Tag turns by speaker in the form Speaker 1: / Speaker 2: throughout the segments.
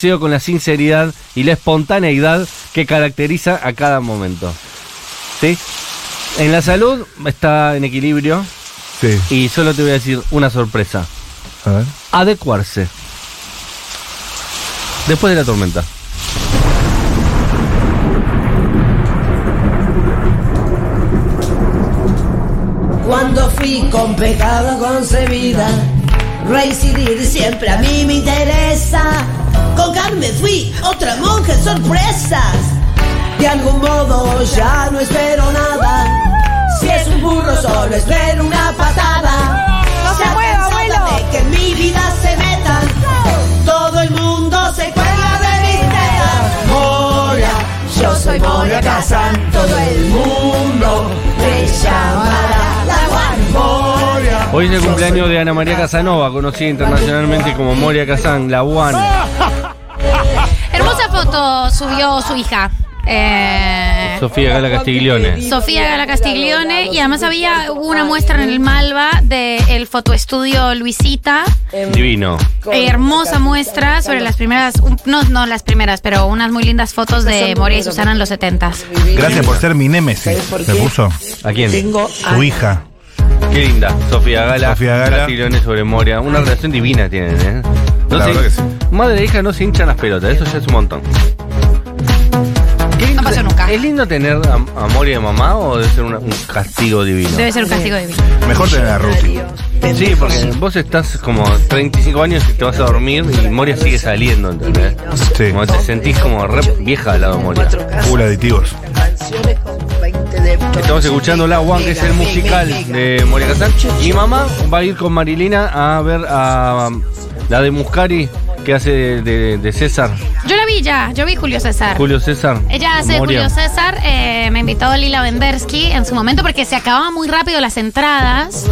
Speaker 1: sido con la sinceridad y la espontaneidad que caracteriza a cada momento. ¿Sí? En la salud está en equilibrio
Speaker 2: Sí.
Speaker 1: y solo te voy a decir una sorpresa.
Speaker 2: A ver.
Speaker 1: Adecuarse. Después de la tormenta.
Speaker 3: Cuando fui con pecado concebida, reincidir siempre a mí me interesa. Con Carmen fui otra monja, sorpresas. De algún modo ya no espero nada. Si es un burro solo espero una patada.
Speaker 4: No se
Speaker 3: Ya
Speaker 4: mueva,
Speaker 3: cansada
Speaker 4: abuelo.
Speaker 3: de que en mi vida se metan. Todo el mundo se cuelga de mis tetas. Mora, yo soy Mora Kazan. Todo el mundo te llamará la Juan Mora.
Speaker 1: Hoy es el cumpleaños de Ana María Casanova, conocida internacionalmente como Moria Casán, la One.
Speaker 5: Hermosa foto subió su hija. eh,
Speaker 1: Sofía Gala Castiglione.
Speaker 5: Sofía Gala Castiglione y además había hubo una muestra en el Malva del fotoestudio Luisita.
Speaker 1: Divino.
Speaker 5: Hermosa muestra sobre las primeras, no, no las primeras, pero unas muy lindas fotos de Moria y Susana en los 70
Speaker 2: Gracias por ser mi némesis. ¿Te puso?
Speaker 1: ¿A quién?
Speaker 2: Su hija.
Speaker 1: Qué linda. Sofía Gala,
Speaker 2: Sofía Gala.
Speaker 1: Castiglione sobre Moria. Una relación divina tienen, ¿eh? No
Speaker 2: La
Speaker 1: se-
Speaker 2: verdad que sí.
Speaker 1: Madre e hija no se hinchan las pelotas, eso ya es un montón. Qué lindo
Speaker 5: No pasó
Speaker 1: te-
Speaker 5: nunca.
Speaker 1: ¿Es lindo tener a, a Moria de mamá o debe ser una- un castigo divino?
Speaker 5: Debe ser un castigo divino.
Speaker 2: Mejor tener a Ruti.
Speaker 1: Sí, porque vos estás como 35 años y te vas a dormir y Moria sigue saliendo, ¿entendés?
Speaker 2: Sí.
Speaker 1: Como te sentís como re vieja al lado de Moria.
Speaker 2: Full aditivos.
Speaker 1: Estamos escuchando La One, que es el musical de Moria Casán. Mi mamá va a ir con Marilina a ver a um, la de Muscari, que hace de, de- de César,
Speaker 5: Yo la vi ya, yo vi Julio César.
Speaker 1: Julio César.
Speaker 5: Ella hace
Speaker 1: Moria.
Speaker 5: Julio César, eh, me invitó Lila Vendersky en su momento porque se acababan muy rápido las entradas.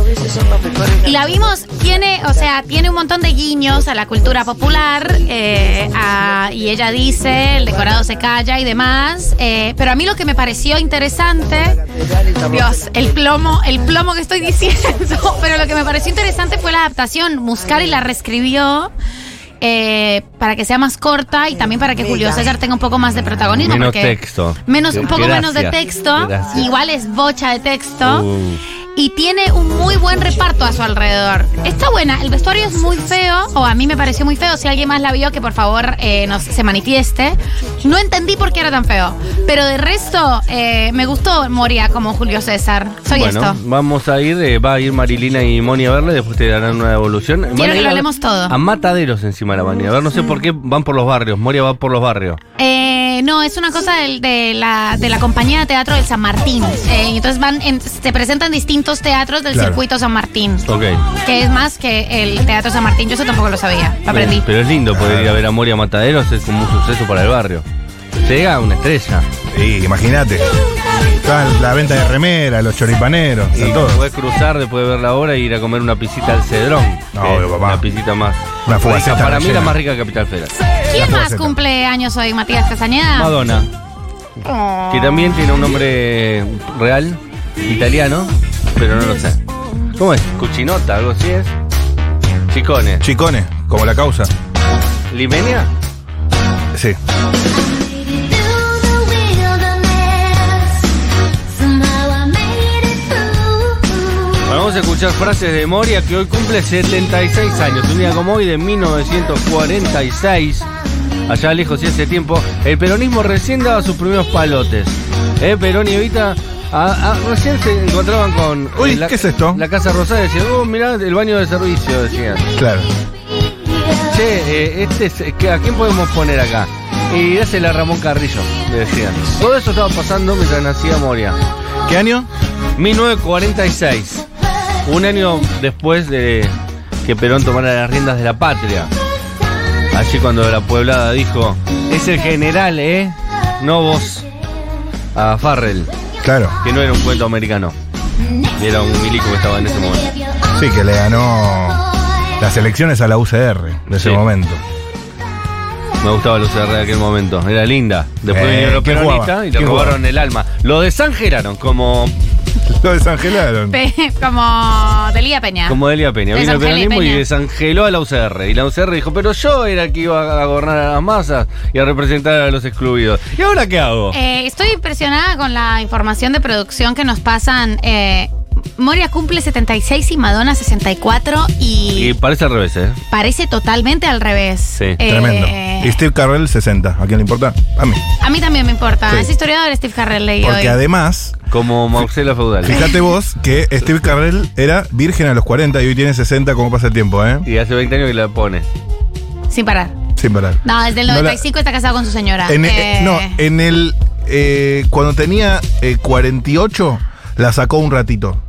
Speaker 5: Y la vimos, tiene, o sea, tiene un montón de guiños a la cultura popular, eh, a- y ella dice, el decorado se calla y demás. eh, pero a mí lo que me pareció interesante, Dios, el plomo, el plomo que estoy diciendo, pero lo que me pareció interesante fue la adaptación. Muscari la reescribió. eh, para que sea más corta y también para que Julio César tenga un poco más de protagonismo.
Speaker 1: Menos
Speaker 5: porque-
Speaker 1: texto.
Speaker 5: Menos, un
Speaker 1: Gracias.
Speaker 5: poco menos de texto.
Speaker 1: Gracias.
Speaker 5: Igual es bocha de texto.
Speaker 1: Uh.
Speaker 5: Y tiene un muy buen reparto a su alrededor. Está buena. El vestuario es muy feo, o a mí me pareció muy feo. Si alguien más la vio, que por favor eh, nos, se manifieste. No entendí por qué era tan feo. Pero de resto, eh, me gustó Moria como Julio César. Soy
Speaker 1: bueno,
Speaker 5: esto.
Speaker 1: vamos a ir, eh, va a ir Marilina y Moni a verle, después te darán una devolución. Van a
Speaker 5: que
Speaker 1: ir a-
Speaker 5: lo hablemos todo.
Speaker 1: A mataderos encima de la Mani. A ver, no sé por qué van por los barrios. Moria va por los barrios.
Speaker 5: Eh, no, es una cosa del- de, la, de la compañía de teatro del San Martín. Eh, entonces van en- se presentan distintos teatros del
Speaker 2: Claro.
Speaker 5: circuito San Martín.
Speaker 1: Ok.
Speaker 5: Que es más que el Teatro San Martín. Yo eso tampoco lo sabía. Lo aprendí.
Speaker 1: Pero es lindo poder ir a ver a Moria a Mataderos, es como un suceso para el barrio. Llega una estrella.
Speaker 2: Sí, imagínate. Está la venta de remera, los choripaneros,
Speaker 1: Y
Speaker 2: está todo.
Speaker 1: Puedes cruzar después de ver la hora e ir a comer una pisita al Cedrón.
Speaker 2: No,
Speaker 1: que es
Speaker 2: obvio, papá.
Speaker 1: Una pisita más.
Speaker 2: Una
Speaker 1: rica.
Speaker 2: fugaceta
Speaker 1: Para mí
Speaker 2: rellena.
Speaker 1: la más rica de Capital Federal.
Speaker 5: ¿Quién más
Speaker 2: presenta.
Speaker 5: cumple años hoy, Matías Castañeda?
Speaker 1: Madonna,
Speaker 5: Oh.
Speaker 1: que también tiene un nombre real, italiano, pero no lo sé. ¿Cómo es? Cuchinota, algo así es. Chicone.
Speaker 2: Chicones, como la causa.
Speaker 1: ¿Limenia?
Speaker 2: Sí.
Speaker 1: Bueno, vamos a escuchar frases de Moria que hoy cumple 76 años, un día como hoy de 1946. Allá lejos y hace tiempo, el peronismo recién daba sus primeros palotes. Eh, Perón y Evita a- a- recién se encontraban con
Speaker 2: Uy,
Speaker 1: eh, la,
Speaker 2: ¿qué es esto?
Speaker 1: la Casa Rosada y decían, oh, mirá, el baño de servicio, decían.
Speaker 2: Claro.
Speaker 1: Che, eh, este es, ¿qué- ¿a quién podemos poner acá? Y ese la Ramón Carrillo, le decían. Todo eso estaba pasando mientras nacía Moria.
Speaker 2: ¿Qué año?
Speaker 1: 1946, un año después de que Perón tomara las riendas de la patria. Allí cuando la pueblada dijo, es el general, ¿eh? No vos. A Farrell,
Speaker 2: Claro.
Speaker 1: que no era un cuento americano. Y era un milico que estaba en ese momento.
Speaker 2: Sí, que le ganó las elecciones a la UCR de ese
Speaker 1: Sí.
Speaker 2: momento.
Speaker 1: Me gustaba los CR de aquel momento, era linda. Después
Speaker 2: Eh,
Speaker 1: vinieron los
Speaker 2: ¿qué jugaba?
Speaker 1: peronistas y le
Speaker 2: ¿Qué
Speaker 1: robaron el alma. Lo desangeraron como
Speaker 2: Lo desangelaron.
Speaker 5: Pe- como Delía Peña.
Speaker 1: Como Delia Peña. Vino el
Speaker 5: Desangelé
Speaker 1: peronismo y
Speaker 5: Peña.
Speaker 1: desangeló a la UCR. Y la UCR dijo, pero yo era el que iba a gobernar a las masas y a representar a los excluidos. ¿Y ahora qué hago?
Speaker 5: Eh, estoy impresionada con la información de producción que nos pasan. Eh, Moria cumple 76 y Madonna 64 y
Speaker 1: Y parece al revés, ¿eh?
Speaker 5: parece totalmente al revés.
Speaker 1: Sí,
Speaker 5: Eh,
Speaker 2: Tremendo. Y Steve Carrell, 60. ¿A quién le importa? A mí.
Speaker 5: A mí también me importa.
Speaker 2: Sí.
Speaker 5: Es historiador Steve Carrell leí hoy.
Speaker 2: Porque además,
Speaker 1: Como Marcela Feudal.
Speaker 2: fíjate vos que Steve Carrell era virgen a los 40 y hoy tiene 60, como pasa el tiempo, ¿eh?
Speaker 1: Y hace 20 años que la pone.
Speaker 5: Sin parar.
Speaker 2: Sin parar.
Speaker 5: No, desde el
Speaker 2: No la-
Speaker 5: 95 está casado con su señora.
Speaker 2: En,
Speaker 5: Eh,
Speaker 2: eh, no, en el. eh, cuando tenía eh, 48, la sacó un ratito.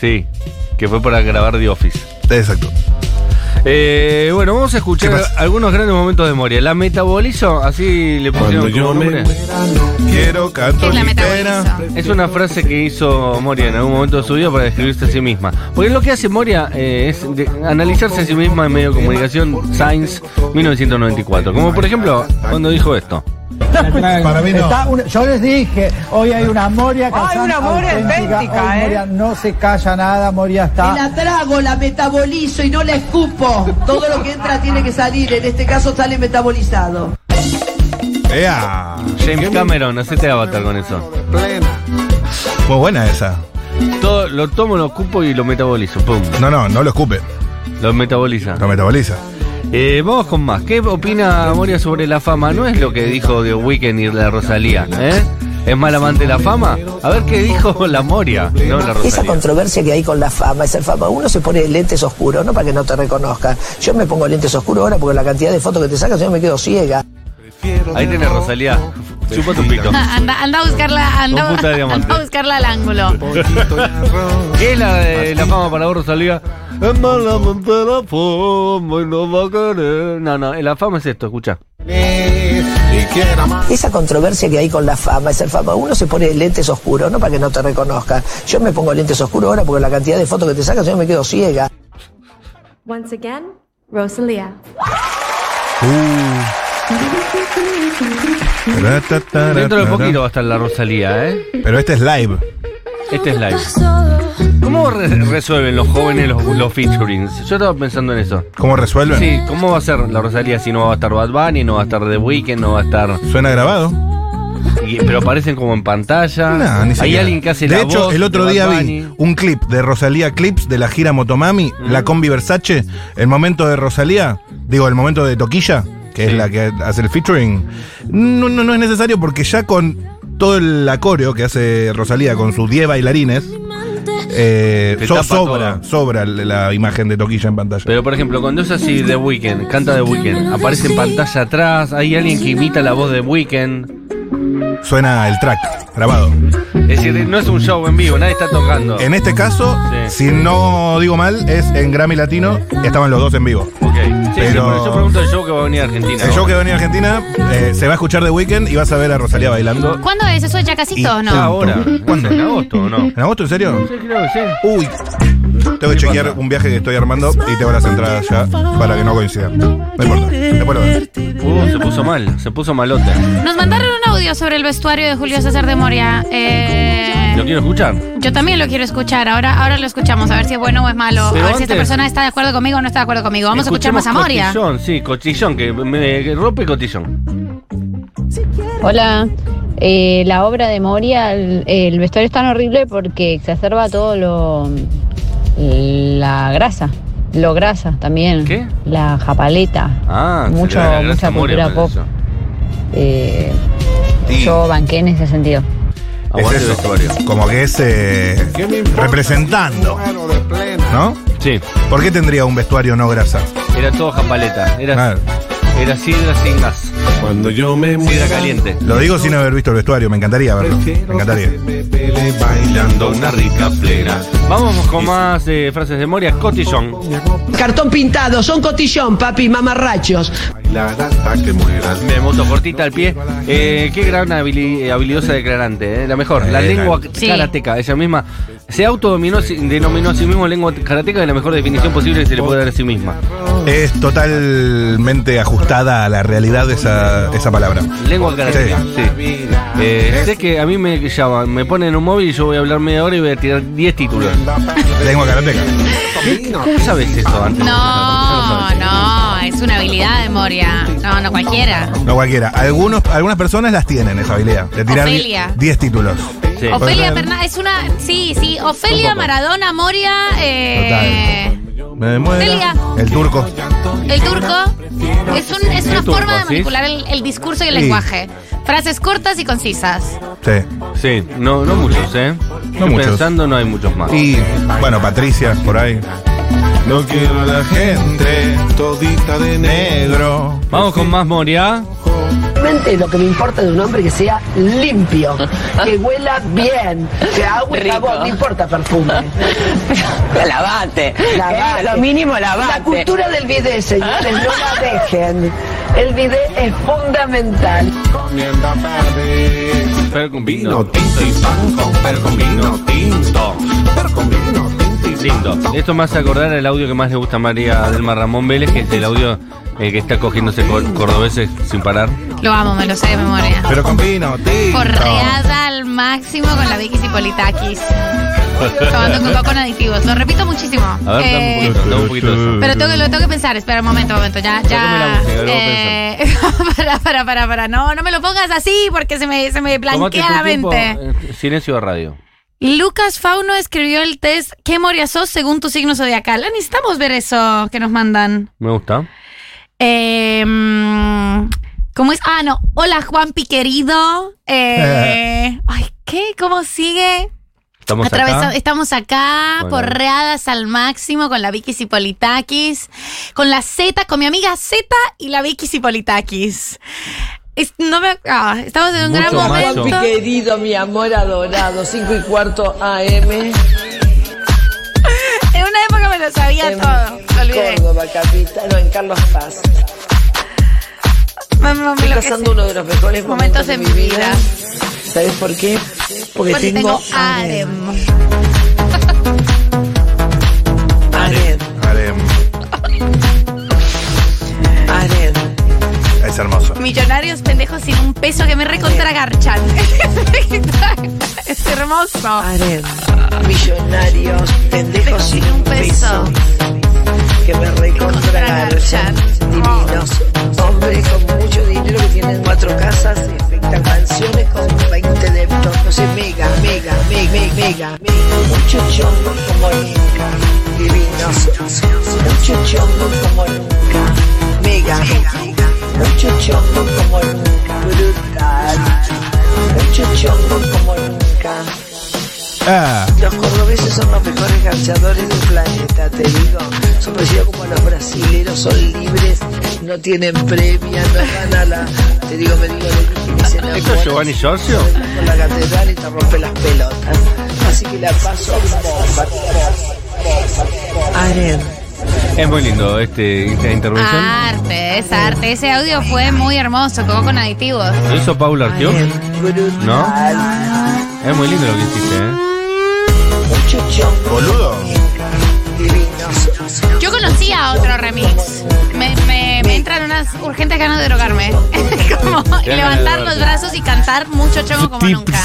Speaker 1: Sí. Que fue para grabar The Office.
Speaker 2: Exacto.
Speaker 1: Eh, bueno, vamos a
Speaker 2: ¿Qué
Speaker 1: escuchar
Speaker 2: pasa?
Speaker 1: algunos grandes momentos de Moria. La metabolizo, así le pusieron como nombre.
Speaker 2: Quiero canto
Speaker 5: ¿Qué es la
Speaker 2: litera.
Speaker 5: metabolizo?
Speaker 1: Es una frase que hizo Moria en algún momento de su vida para describirse a sí misma. Porque lo que hace Moria eh, es de- analizarse a sí misma en medio de comunicación, Science 1994. Como por ejemplo, cuando dijo esto.
Speaker 2: Para mí no.
Speaker 4: Está una- yo les dije, hoy hay una Moria
Speaker 6: Hay
Speaker 4: Kazan
Speaker 6: una Moria auténtica,
Speaker 4: hoy
Speaker 6: ¿eh?
Speaker 4: Moria no se calla nada, Moria
Speaker 3: Me
Speaker 4: está.
Speaker 3: la trago, la metabolizo y no la escupo. Todo lo que entra tiene que salir. En este caso sale metabolizado.
Speaker 2: ¡Ea!
Speaker 1: James Cameron, hacete avatar con eso.
Speaker 2: Muy buena esa.
Speaker 1: Todo, lo tomo, lo ocupo y lo metabolizo. Pum.
Speaker 2: No, no, no lo escupe.
Speaker 1: Lo metaboliza.
Speaker 2: Lo metaboliza.
Speaker 1: Eh, vamos con más. ¿Qué opina Moria sobre la fama? No es lo que dijo The Weeknd y la Rosalía, ¿eh? ¿Es mal amante la fama? A ver qué dijo la Moria, no la
Speaker 7: Esa
Speaker 1: Rosalía.
Speaker 7: controversia que hay con la fama, esa fama, uno se pone lentes oscuros, no para que no te reconozcan. Yo me pongo lentes oscuros ahora porque la cantidad de fotos que te sacas yo me quedo ciega.
Speaker 1: Ahí tenés Rosalía. Chupa tu pito.
Speaker 5: Anda, anda a buscarla, anda,
Speaker 1: Con punta de diamante.
Speaker 5: anda a buscarla al ángulo.
Speaker 1: ¿Qué es la, de la fama para vos, Rosalía? Es mal amante la fama y no va a querer. No, no, la fama es esto, escucha.
Speaker 7: Esa controversia que hay con la fama, esa fama, uno se pone lentes oscuros, no para que no te reconozcan. Yo me pongo lentes oscuros ahora porque la cantidad de fotos que te sacas yo me quedo ciega.
Speaker 8: Once again, Rosalia.
Speaker 1: Dentro
Speaker 2: Dentro
Speaker 1: de poquito va a estar la Rosalía, ¿eh?
Speaker 2: Pero este es live.
Speaker 1: Este es live. ¿Cómo re- resuelven los jóvenes los, los featurings? Yo estaba pensando en eso.
Speaker 2: ¿Cómo resuelven?
Speaker 1: Sí, ¿cómo va a ser la Rosalía si no va a estar Bad Bunny, no va a estar The Weeknd, no va a estar...
Speaker 2: ¿Suena grabado?
Speaker 1: y- pero aparecen como en pantalla.
Speaker 2: No, ni
Speaker 1: Hay
Speaker 2: siquiera.
Speaker 1: alguien que hace
Speaker 2: De
Speaker 1: la
Speaker 2: hecho,
Speaker 1: voz
Speaker 2: el
Speaker 1: de
Speaker 2: otro
Speaker 1: Bad
Speaker 2: día vi
Speaker 1: Bunny. Mm.
Speaker 2: un clip de Rosalía Clips de la gira Motomami, la combi Versace, el momento de Rosalía, digo, el momento de Toquilla, que es
Speaker 1: Sí.
Speaker 2: la que hace el featuring. No, no, no es necesario porque ya con todo el acorio que hace Rosalía con sus 10 bailarines, eh,
Speaker 1: Te
Speaker 2: so-
Speaker 1: tapa
Speaker 2: sobra,
Speaker 1: todo.
Speaker 2: sobra la imagen de Toquilla en pantalla.
Speaker 1: Pero por ejemplo, cuando es así The Weeknd, canta The Weeknd, aparece en pantalla atrás, hay alguien que imita la voz de Weeknd.
Speaker 2: Suena el track grabado.
Speaker 1: Es decir, no es un show en vivo, nadie está tocando.
Speaker 2: En este caso,
Speaker 1: Oh. Sí.
Speaker 2: si no digo mal, es en Grammy Latino, estaban los dos en vivo.
Speaker 1: Ok. Sí, sí,
Speaker 2: Pero-
Speaker 1: pero yo pregunto el show que va a venir a Argentina.
Speaker 2: El show que va a venir a Argentina eh, se va a escuchar de weekend y vas a ver a Rosalía bailando.
Speaker 5: ¿Cuándo es eso? ¿Ya casi
Speaker 2: Y-
Speaker 5: todos
Speaker 1: Ah,
Speaker 5: no?
Speaker 1: Ahora.
Speaker 2: ¿Cuándo?
Speaker 1: ¿Es ¿En agosto o no?
Speaker 2: ¿En agosto, en serio?
Speaker 1: Sí, creo que sí.
Speaker 2: Uy, tengo que chequear un viaje que estoy armando y tengo las entradas ya para que no coincidan. No importa, después lo vemos.
Speaker 1: Uh, se puso mal, se puso malote.
Speaker 5: Nos mandaron un audio sobre el vestuario de Julio César de Moria. Eh,
Speaker 1: ¿Lo quiero escuchar?
Speaker 5: Yo también lo quiero escuchar. Ahora, ahora lo escuchamos, a ver si es bueno o es malo. a ver
Speaker 1: Pero
Speaker 5: si esta
Speaker 1: antes-
Speaker 5: persona está de acuerdo conmigo o no está de acuerdo conmigo. Vamos
Speaker 1: Escuchemos
Speaker 5: a escuchar más a Moria.
Speaker 1: Cotillón, sí, cotillón, que me que rompe cotillón.
Speaker 9: Hola, Eh, la obra de Moria, el, el vestuario es tan horrible porque exacerba todo lo. la grasa, lo grasa también.
Speaker 1: ¿Qué?
Speaker 9: La japaleta.
Speaker 1: Ah, se
Speaker 9: Mucho-
Speaker 1: le da la grasa
Speaker 9: mucha
Speaker 1: a Moria,
Speaker 9: cultura
Speaker 1: parece
Speaker 9: pop. Eh, Yo banqué en ese sentido.
Speaker 1: eso.
Speaker 2: Es
Speaker 1: Aguante el
Speaker 2: eso,
Speaker 1: vestuario.
Speaker 2: como que es eh, representando, ¿no?
Speaker 1: Sí,
Speaker 2: ¿Por qué tendría un vestuario no grasa?
Speaker 1: era todo japaleta. Era,
Speaker 2: Claro.
Speaker 1: era sidra sin gas.
Speaker 10: Cuando yo me
Speaker 1: Sidra caliente.
Speaker 2: Lo digo sin haber visto el vestuario, me encantaría verlo. Me encantaría.
Speaker 10: bailando una rica plena.
Speaker 1: Vamos con más eh, frases de Moria. Cotillón.
Speaker 3: Cartón pintado, son cotillón, papi, mamarrachos.
Speaker 10: Bailar hasta que mueras.
Speaker 1: Me moto cortita al pie. Eh, qué gran habili- eh, habilidosa declarante, eh, la mejor. La
Speaker 2: Eh,
Speaker 1: lengua
Speaker 5: Sí.
Speaker 1: karateca, ella misma. Se autodominó, si- denominó a sí misma lengua karateca de la mejor definición posible que se le puede dar a sí misma.
Speaker 2: Es totalmente ajustada a la realidad de esa, esa palabra.
Speaker 1: Lengua canaria,
Speaker 2: Sí.
Speaker 1: sí. Eh, sé que a mí me llaman, me ponen un móvil y yo voy a hablar media hora y voy a tirar 10 títulos.
Speaker 2: Lengua karateca.
Speaker 1: ¿Qué- ¿Cómo sabes eso, Antonio?
Speaker 5: No, no, es una habilidad de Moria. No, no cualquiera.
Speaker 2: No cualquiera. Algunos, algunas personas las tienen esa habilidad. De tirar
Speaker 5: Ofelia.
Speaker 2: 10 títulos.
Speaker 1: Sí.
Speaker 5: Ofelia
Speaker 2: Puede ser.
Speaker 5: Fernández, es una. Sí, sí, Ofelia Maradona Moria. Eh,
Speaker 2: Me muero.
Speaker 5: Ofelia.
Speaker 2: El turco.
Speaker 5: El turco es, un- es una
Speaker 1: El turco,
Speaker 5: forma de
Speaker 1: ¿sí?
Speaker 5: manipular el, el discurso y el
Speaker 2: Sí.
Speaker 5: lenguaje. Frases cortas y concisas.
Speaker 2: Sí.
Speaker 1: Sí, no, no muchos, ¿eh? Estoy
Speaker 2: muchos.
Speaker 1: Pensando no hay muchos más.
Speaker 2: Y bueno, Patricia, por ahí.
Speaker 11: No quiero a la gente todita de negro.
Speaker 2: Negro.
Speaker 1: Vamos con más Moria.
Speaker 12: Realmente lo que me importa de un hombre es que sea limpio, que huela bien, que agua y jabón, no importa perfume.
Speaker 13: Lavate.
Speaker 12: Lavate.
Speaker 13: Eh, lo mínimo lavate.
Speaker 12: La cultura del bidet, señores, no la dejen. El bidet es fundamental.
Speaker 11: Comienda verde.
Speaker 1: Fer con
Speaker 11: Vino tinto y pan con per con vino tinto. Per con vino tinto y pan
Speaker 1: Lindo. Esto me hace acordar el audio que más le gusta a María Delma Ramón Vélez, que es el audio eh, que está cogiéndose cor- cordobeses sin parar.
Speaker 5: Lo amo, me lo sé de memoria.
Speaker 2: Pero con vino, tinto.
Speaker 5: Correada al máximo con la Vicky Politakis. Tomando coca con aditivos. Lo repito muchísimo.
Speaker 1: A ver, dame un
Speaker 5: Eh,
Speaker 1: poquito, dame un poquito de eso.
Speaker 5: pero tengo, que- lo tengo que pensar. Espera un momento, un momento. Ya,
Speaker 1: Poneme la
Speaker 5: ya.
Speaker 1: música, luego
Speaker 5: eh, para, para, para, para. No, no me lo pongas así porque se me, se me
Speaker 1: Tomate
Speaker 5: blanquea la
Speaker 1: tu tiempo,
Speaker 5: mente.
Speaker 1: eh, Silencio de radio.
Speaker 5: Lucas Fauno escribió el test ¿Qué Moria sos según tu signo zodiacal? Ah, necesitamos ver eso que nos mandan.
Speaker 1: Me gusta.
Speaker 5: Eh, mm, ¿Cómo es? Ah, no. Hola, Juanpi querido. Eh, ay, ¿qué? ¿Cómo sigue?
Speaker 1: Estamos
Speaker 5: Atravesa-
Speaker 1: acá.
Speaker 5: Estamos acá,
Speaker 1: Bueno.
Speaker 5: porreadas al máximo con la Vicky Politakis, con la Z, con mi amiga Z y la Vicky Politakis. no me, ah, estamos en un
Speaker 1: Mucho
Speaker 5: gran
Speaker 1: macho.
Speaker 5: momento.
Speaker 1: Juanpi
Speaker 12: querido, mi amor adorado, 5 y cuarto AM,
Speaker 5: En una época me lo sabía
Speaker 7: Em,
Speaker 5: todo. Lo olvidé.
Speaker 12: capital, no, en Carlos Paz.
Speaker 5: Me- me- me
Speaker 12: Estoy
Speaker 5: lo que
Speaker 12: pasando
Speaker 5: sé.
Speaker 12: uno de los mejores
Speaker 5: Momentos
Speaker 12: momentos,
Speaker 5: de
Speaker 12: de,
Speaker 5: mi
Speaker 12: mi vida.
Speaker 5: vida.
Speaker 12: ¿Sabes por qué? Porque,
Speaker 5: Porque tengo
Speaker 12: tengo,
Speaker 5: Adem.
Speaker 12: Adem.
Speaker 2: Harem.
Speaker 12: Adem.
Speaker 2: Es hermoso.
Speaker 5: Millonarios pendejos sin un peso que me recontragarchan. es hermoso.
Speaker 12: Adem. Millonarios, pendejos sin un peso. Que me recontragarchan. Divinos. Hombres con mucho dinero que tienen cuatro casas, espectaculares, mansiones con 20 deptos. No sé, mega, mega, mega, mega, mega. Mucho chongo como nunca. Divinos. Mucho chongo como nunca. Mega, mega. Mucho chongo como nunca. Brutal. Mucho chongo como nunca.
Speaker 2: Ah,
Speaker 12: Los cordobeses son los mejores ganchadores del planeta, te digo. Son conocidos como los brasileros, son libres, no tienen premia, no van a la... Te digo, me digo, lo que se enamoran,
Speaker 1: ¿Esto es Giovanni Giorgio?
Speaker 12: se van Con la catedral y te rompe las pelotas. Así que la paso bomba. Aren.
Speaker 1: Es muy lindo este, esta intervención.
Speaker 5: Arte, es arte. Ese audio fue muy hermoso, como con aditivos.
Speaker 1: ¿Lo hizo Paula Artió?
Speaker 12: Brutal.
Speaker 1: ¿No? Es muy lindo lo que hiciste, ¿eh?
Speaker 12: Mucho chongo,
Speaker 2: boludo.
Speaker 12: divinos.
Speaker 5: Yo conocía otro remix. Me, me- me entran unas urgentes ganas de drogarme. como y
Speaker 1: de
Speaker 5: levantar los
Speaker 1: drogarte.
Speaker 5: brazos y cantar mucho chongo como nunca.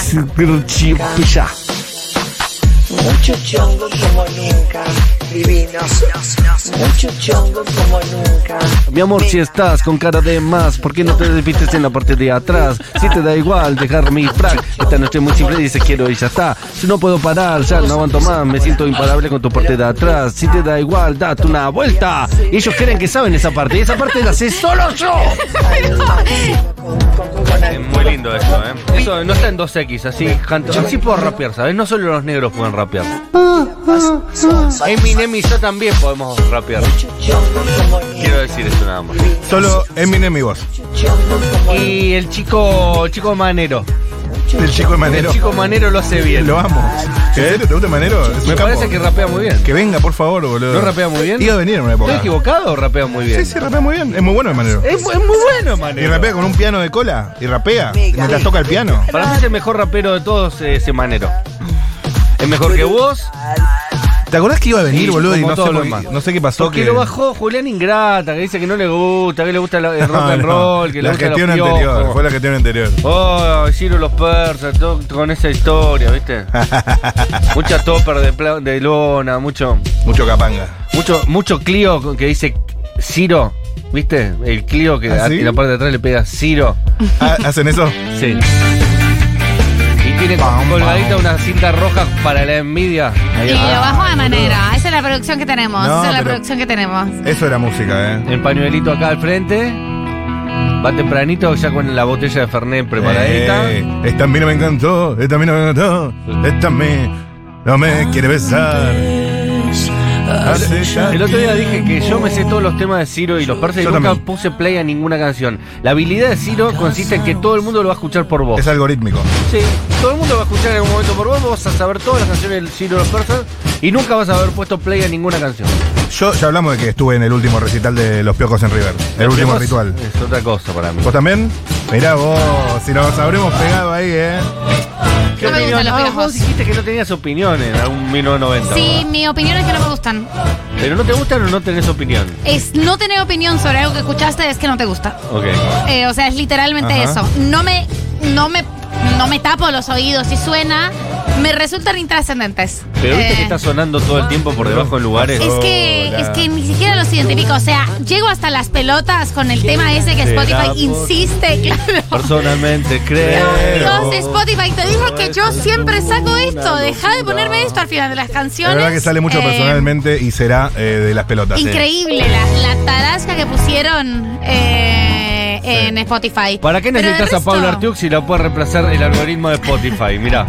Speaker 12: Mucho chongo como nunca, divinos. Mucho chongo como nunca.
Speaker 1: Mi amor, si estás con cara de más, ¿por qué no te desvistes en la parte de atrás? Si te da igual dejar mi frac, esta noche muy simple dices quiero y ya está. Si no puedo parar, ya no aguanto más, me siento imparable con tu parte de atrás. Si te da igual, date una vuelta. Ellos creen que saben esa parte, y esa parte la sé solo yo. Es muy lindo eso, ¿eh? Eso no está en 2X, así, canto- así puedo rapear, ¿sabes? No solo los negros pueden rapear. Eminem y yo también podemos rapear. Quiero decir eso nada más.
Speaker 2: Solo Eminem y vos.
Speaker 1: Y el chico, chico Manero.
Speaker 2: El chico de
Speaker 1: El
Speaker 2: Manero.
Speaker 1: chico Manero lo hace bien.
Speaker 2: Lo amo. ¿Qué? ¿Te gusta Manero? Es un
Speaker 1: Me
Speaker 2: capo.
Speaker 1: parece que rapea muy bien.
Speaker 2: Que venga, por favor, boludo.
Speaker 1: ¿No rapea muy bien?
Speaker 2: Iba a venir en una
Speaker 1: ¿Estoy
Speaker 2: época.
Speaker 1: equivocado o rapea muy bien?
Speaker 2: Sí, sí, rapea muy bien. Es muy bueno el Manero.
Speaker 1: Es, bu- es muy bueno,
Speaker 2: Y
Speaker 1: Manero.
Speaker 2: rapea con un piano de cola. Y rapea. Mientras toca el piano.
Speaker 1: Para mí es el mejor rapero de todos eh, ese Manero. Es mejor que vos.
Speaker 2: ¿Te acordás que iba a venir,
Speaker 1: Sí,
Speaker 2: boludo? Y
Speaker 1: como
Speaker 2: no sé,
Speaker 1: todo lo
Speaker 2: por-
Speaker 1: demás.
Speaker 2: no sé qué pasó.
Speaker 1: Porque
Speaker 2: que-
Speaker 1: lo bajó Julián Ingrata, que dice que no le gusta, que le gusta la- el rock
Speaker 2: No,
Speaker 1: and
Speaker 2: no.
Speaker 1: roll, que le
Speaker 2: La
Speaker 1: gusta los
Speaker 2: gestión
Speaker 1: piojos.
Speaker 2: anterior, fue la gestión anterior.
Speaker 1: Oh, Ciro los persas, todo con esa historia, ¿viste? Mucha topper de, pla- de lona, mucho,
Speaker 2: Mucho capanga.
Speaker 1: mucho, mucho Clio que dice Ciro, ¿viste? El Clio que
Speaker 2: ¿Ah,
Speaker 1: a-
Speaker 2: sí?
Speaker 1: en la parte de atrás le pega Ciro.
Speaker 2: Ah, ¿Hacen eso?
Speaker 1: Sí. Y tiene colgadita una cinta roja para la envidia.
Speaker 5: Y lo bajo de manera. Esa es la producción que tenemos.
Speaker 2: No,
Speaker 5: esa es la
Speaker 2: pero-
Speaker 5: producción que tenemos.
Speaker 2: Eso era música, ¿eh?
Speaker 1: El pañuelito acá al frente. Va tempranito ya con la botella de Fernet preparadita.
Speaker 2: Eh, esta a mí no me encantó, esta a mí no me encantó, esta a mí no me quiere besar. Hace ya
Speaker 1: El otro día dije que yo me sé todos los temas de Ciro y los persas y
Speaker 2: Yo
Speaker 1: nunca
Speaker 2: también.
Speaker 1: puse play a ninguna canción. La habilidad de Ciro consiste en que todo el mundo lo va a escuchar por vos.
Speaker 2: Es algorítmico.
Speaker 1: Sí, todo el mundo va a escuchar en algún momento por vos, vos vas a saber todas las canciones de Ciro y los persas y nunca vas a haber puesto play a ninguna canción.
Speaker 2: Yo ya hablamos de que estuve en el último recital de Los Piojos en River. El último
Speaker 1: Vos-
Speaker 2: ritual.
Speaker 1: Es otra cosa para mí.
Speaker 2: ¿Vos también? Mirá vos, si nos habremos pegado ahí, ¿eh?
Speaker 5: No me gustan los
Speaker 1: Ah,
Speaker 5: piojos.
Speaker 1: vos dijiste que no tenías opiniones en algún 1990.
Speaker 5: Sí,
Speaker 1: ¿verdad?
Speaker 5: mi opinión es que no me gustan.
Speaker 1: Pero no te gustan o no tenés opinión.
Speaker 5: Es no tener opinión sobre algo que escuchaste es que no te gusta.
Speaker 1: Ok.
Speaker 5: Eh, o sea, es literalmente
Speaker 2: Ajá.
Speaker 5: eso. No me, no me, no me tapo los oídos si suena, me resultan intrascendentes.
Speaker 1: Pero viste
Speaker 5: Eh,
Speaker 1: que está sonando todo el tiempo por debajo de lugares.
Speaker 5: es que,
Speaker 2: Hola.
Speaker 5: es que ni siquiera los identifico. O sea, llego hasta las pelotas con el tema ese que
Speaker 1: será
Speaker 5: Spotify
Speaker 1: por-
Speaker 5: insiste, claro.
Speaker 1: Personalmente creo.
Speaker 5: Dios, Spotify, te digo que yo siempre saco esto. Deja de ponerme esto al final de las
Speaker 2: La
Speaker 5: canciones.
Speaker 2: verdad que sale mucho
Speaker 5: Eh,
Speaker 2: personalmente y será eh, de las pelotas. sí.
Speaker 5: Increíble la, la tarasca que pusieron eh, en Spotify.
Speaker 1: ¿Para qué
Speaker 5: Pero del
Speaker 1: necesitas a Pablo
Speaker 5: resto,
Speaker 1: Artiux si la puede reemplazar el algoritmo de Spotify? Mirá.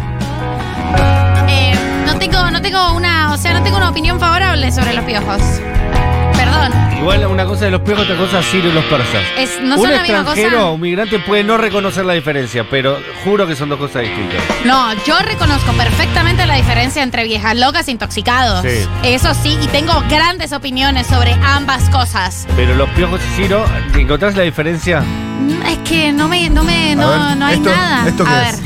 Speaker 5: eh, no tengo, no tengo una, o sea, no tengo una opinión favorable sobre los piojos. Perdón.
Speaker 1: Igual una cosa de los piojos, otra cosa Ciro y los persas.
Speaker 5: Es- no
Speaker 1: un
Speaker 5: son la misma
Speaker 1: extranjero,
Speaker 5: cosa.
Speaker 1: un migrante puede no reconocer la diferencia, pero juro que son dos cosas distintas.
Speaker 5: No, yo reconozco perfectamente la diferencia entre viejas locas e intoxicados.
Speaker 1: Sí.
Speaker 5: Eso sí, y tengo grandes opiniones sobre ambas cosas.
Speaker 1: Pero los piojos y Ciro, ¿te ¿encontrás la diferencia?
Speaker 5: Mm, Es que no me, no me, no,
Speaker 2: ver,
Speaker 5: no hay
Speaker 2: ¿esto-
Speaker 5: nada.
Speaker 2: esto qué
Speaker 5: a ver.
Speaker 2: es?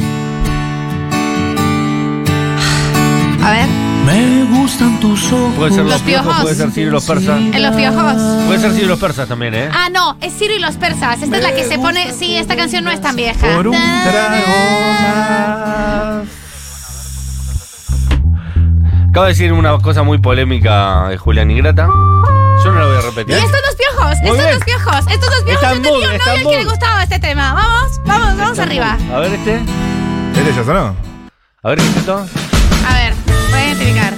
Speaker 5: A ver,
Speaker 10: Me gustan tus ojos.
Speaker 1: Puede ser los,
Speaker 5: Los
Speaker 1: piojos,
Speaker 5: piojos.
Speaker 1: puede ser Ciro y los persas.
Speaker 5: en los piojos.
Speaker 1: Puede ser Ciro y los persas también, ¿eh?
Speaker 5: Ah, no, es Ciro y los persas. Esta es la que se pone. Sí, esta canción no es tan vieja.
Speaker 2: Por un trago
Speaker 1: Acabo de decir una cosa muy polémica de Julián Ingrata. Yo no la voy a
Speaker 5: Y
Speaker 1: repetir.
Speaker 5: estos dos piojos,
Speaker 1: Muy
Speaker 5: estos
Speaker 1: bien.
Speaker 5: dos piojos, estos dos piojos.
Speaker 1: Está
Speaker 5: yo
Speaker 1: en
Speaker 5: tenía
Speaker 1: mood,
Speaker 5: un
Speaker 1: está en
Speaker 5: novio al que le
Speaker 1: mood.
Speaker 5: gustaba este tema. Vamos, vamos, vamos arriba.
Speaker 1: A ver este.
Speaker 2: más. ¿Es de ellos o no?
Speaker 1: A ver qué es esto.
Speaker 5: A ver, voy a identificar.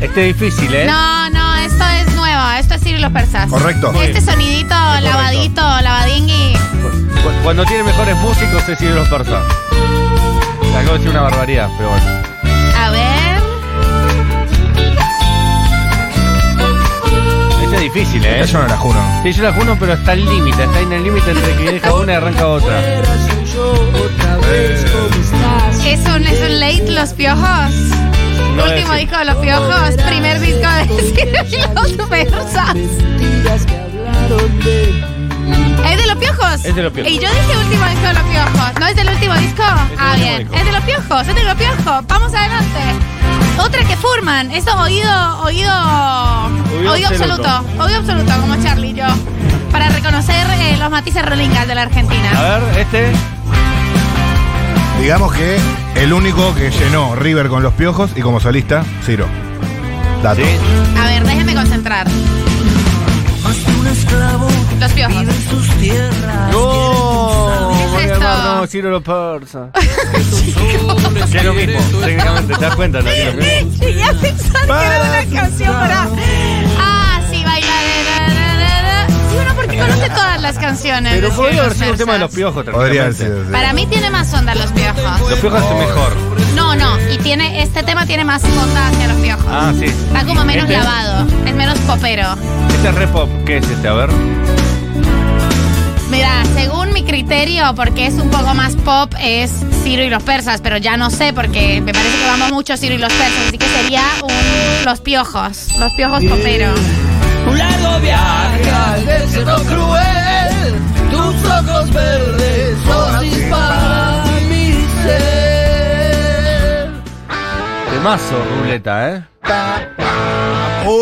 Speaker 1: Este es difícil, ¿eh?
Speaker 5: No, no, esto es nuevo. Esto es Ciro y los persas.
Speaker 2: Correcto.
Speaker 1: Muy
Speaker 5: Este
Speaker 1: bien.
Speaker 5: sonidito, lavadito, lavadingui.
Speaker 1: Cu- Cuando tiene mejores músicos es Ciro y los persas. Acabo de decir una barbaridad, pero bueno.
Speaker 5: A ver.
Speaker 1: Este es difícil, ¿eh?
Speaker 2: Esta Yo no la juro.
Speaker 1: Sí, yo la juro, pero está al límite. Está en el límite entre que deja una y arranca otra.
Speaker 2: Eh,
Speaker 5: Es un, es un late Los Piojos.
Speaker 1: No es
Speaker 5: Último
Speaker 1: así.
Speaker 5: disco de Los Piojos. Primer disco de Ciro y los persas. Es de los piojos.
Speaker 1: Es de Los Piojos.
Speaker 5: Y yo dije último disco de los piojos. ¿No es del último disco? ah,
Speaker 1: último
Speaker 5: bien.
Speaker 1: disco.
Speaker 5: Es de los piojos, es de los piojos. Vamos adelante. Otra que forman. Eso oído, oído. Oído,
Speaker 1: Oído
Speaker 5: absoluto.
Speaker 1: absoluto.
Speaker 5: Oído absoluto, como Charlie y yo. Para reconocer eh, los matices rolingas de la Argentina.
Speaker 1: A ver, este.
Speaker 2: Digamos que el único que llenó River con los piojos y como solista, Ciro. Dato.
Speaker 1: Sí.
Speaker 5: A ver, déjenme concentrar. Los piojos.
Speaker 1: No,
Speaker 5: ¿Qué es
Speaker 1: María
Speaker 5: esto?
Speaker 1: Mar, no, Ciro lo persa. Que es lo mismo, técnicamente, ¿te das cuenta? no? Que es lo mismo.
Speaker 5: Llegué a pensar que era una canción para. Ah, sí, bailar. Sí, uno porque conoce todas las canciones.
Speaker 1: Pero
Speaker 5: de
Speaker 1: podría
Speaker 5: Ciro
Speaker 1: haber sido un tema de los
Speaker 5: Persas.
Speaker 1: piojos,
Speaker 2: Podría haber
Speaker 1: tranquilamente.
Speaker 2: sido. sí.
Speaker 5: Para mí tiene más onda los piojos.
Speaker 1: Los piojos es mejor.
Speaker 5: No, no. Y tiene, este tema tiene más onda hacia los piojos.
Speaker 1: Ah, sí.
Speaker 5: Está como menos
Speaker 1: Este-
Speaker 5: lavado, es menos popero.
Speaker 1: Este es re pop, ¿qué es este? A ver.
Speaker 5: Mira, según mi criterio, porque es un poco más pop, es Ciro y los persas, pero ya no sé porque me parece que vamos mucho Ciro y los persas, así que sería un, los piojos, los piojos poperos.
Speaker 3: Un largo viaje al desierto cruel, tus ojos verdes son disparan mi ser.
Speaker 1: Temazo, ruleta, ¿eh?
Speaker 2: Oh.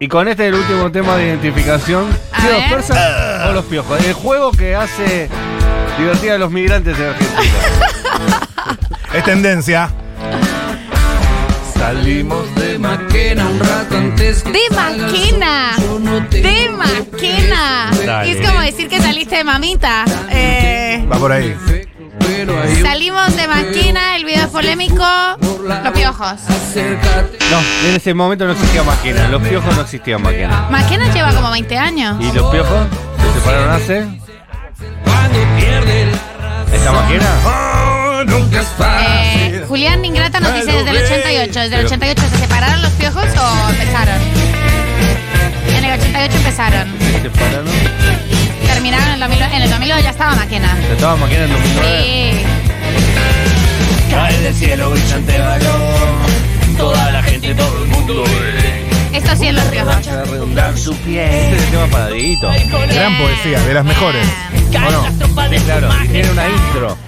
Speaker 1: Y con este el último tema de identificación.
Speaker 5: A
Speaker 1: ¿sí los
Speaker 5: ver.
Speaker 1: persas o los piojos? El juego que hace divertida a los migrantes en Argentina.
Speaker 2: Es tendencia.
Speaker 10: Salimos de Maquena un rato antes que
Speaker 5: De maquena. De maquena.
Speaker 2: Dale.
Speaker 5: Es como decir que saliste de mamita. Eh,
Speaker 2: Va por ahí.
Speaker 10: pero hay un
Speaker 5: salimos de maquena, el video es polémico. Los piojos.
Speaker 10: acércate.
Speaker 1: No, en ese momento no existía máquina. Los piojos no existían máquina.
Speaker 5: Maquena lleva como 20 años.
Speaker 1: ¿Y los piojos? ¿Se separaron hace?
Speaker 10: Cuando pierde
Speaker 1: ¿Esta máquina?
Speaker 10: la- nunca es fácil.
Speaker 5: Eh, Julián Ingrata nos dice desde el 88. ¿Desde el 88 se separaron los piojos o empezaron? En el 88 empezaron.
Speaker 1: ¿Se separaron?
Speaker 5: Terminaron en el 2000, en el 2002 ya estaba maquena.
Speaker 1: ¿Se estaba máquina en 2009?
Speaker 5: Sí.
Speaker 10: Cae del cielo brillante balón. Toda la gente, todo el mundo ve.
Speaker 5: Esto sí es los piojos.
Speaker 10: A redondar su
Speaker 1: Este
Speaker 10: pie.
Speaker 1: es el tema para Dieguito.
Speaker 2: Gran poesía, de las mejores.
Speaker 1: ¿O no? Sí, claro. Y tiene una intro.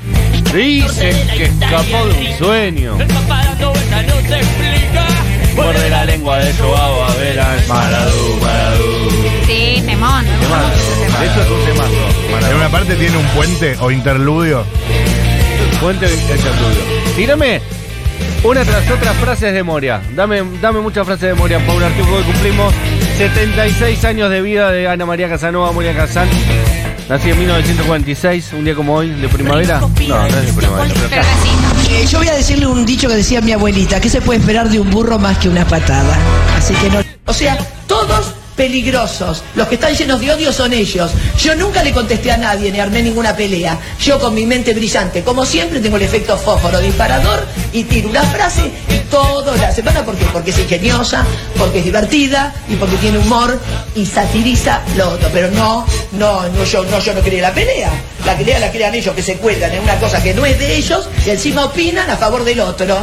Speaker 1: Dice que escapó de un sueño. Muerde la lengua de Joao a ver a Maradú, Maradú.
Speaker 5: Sí, temón.
Speaker 1: Temazo. Eso es un temazo.
Speaker 2: En
Speaker 1: Maradú.
Speaker 2: una parte tiene un puente o interludio.
Speaker 1: Fuente de interludio. Tírame una tras otra frases de Moria. Dame, dame muchas frases de Moria, Paula Artujo, que cumplimos 76 años de vida de Ana María Casanova, Moria Casán. Nacida en 1946, un día como hoy, de primavera. No, no es de primavera. pero
Speaker 5: Pero
Speaker 1: casi.
Speaker 5: casi.
Speaker 7: Eh, yo voy a decirle un dicho que decía mi abuelita, que se puede esperar de un burro más que una patada. Así que no. O sea, todos peligrosos. Los que están llenos de odio son ellos. Yo nunca le contesté a nadie ni armé ninguna pelea. Yo con mi mente brillante, como siempre, tengo el efecto fósforo disparador y tiro una frase y todos la semana. ¿Por qué? Porque es ingeniosa, porque es divertida y porque tiene humor y satiriza lo otro. Pero no, no, no, yo no, yo no creé la pelea. La pelea la crean ellos que se cuelgan en una cosa que no es de ellos y encima opinan a favor del otro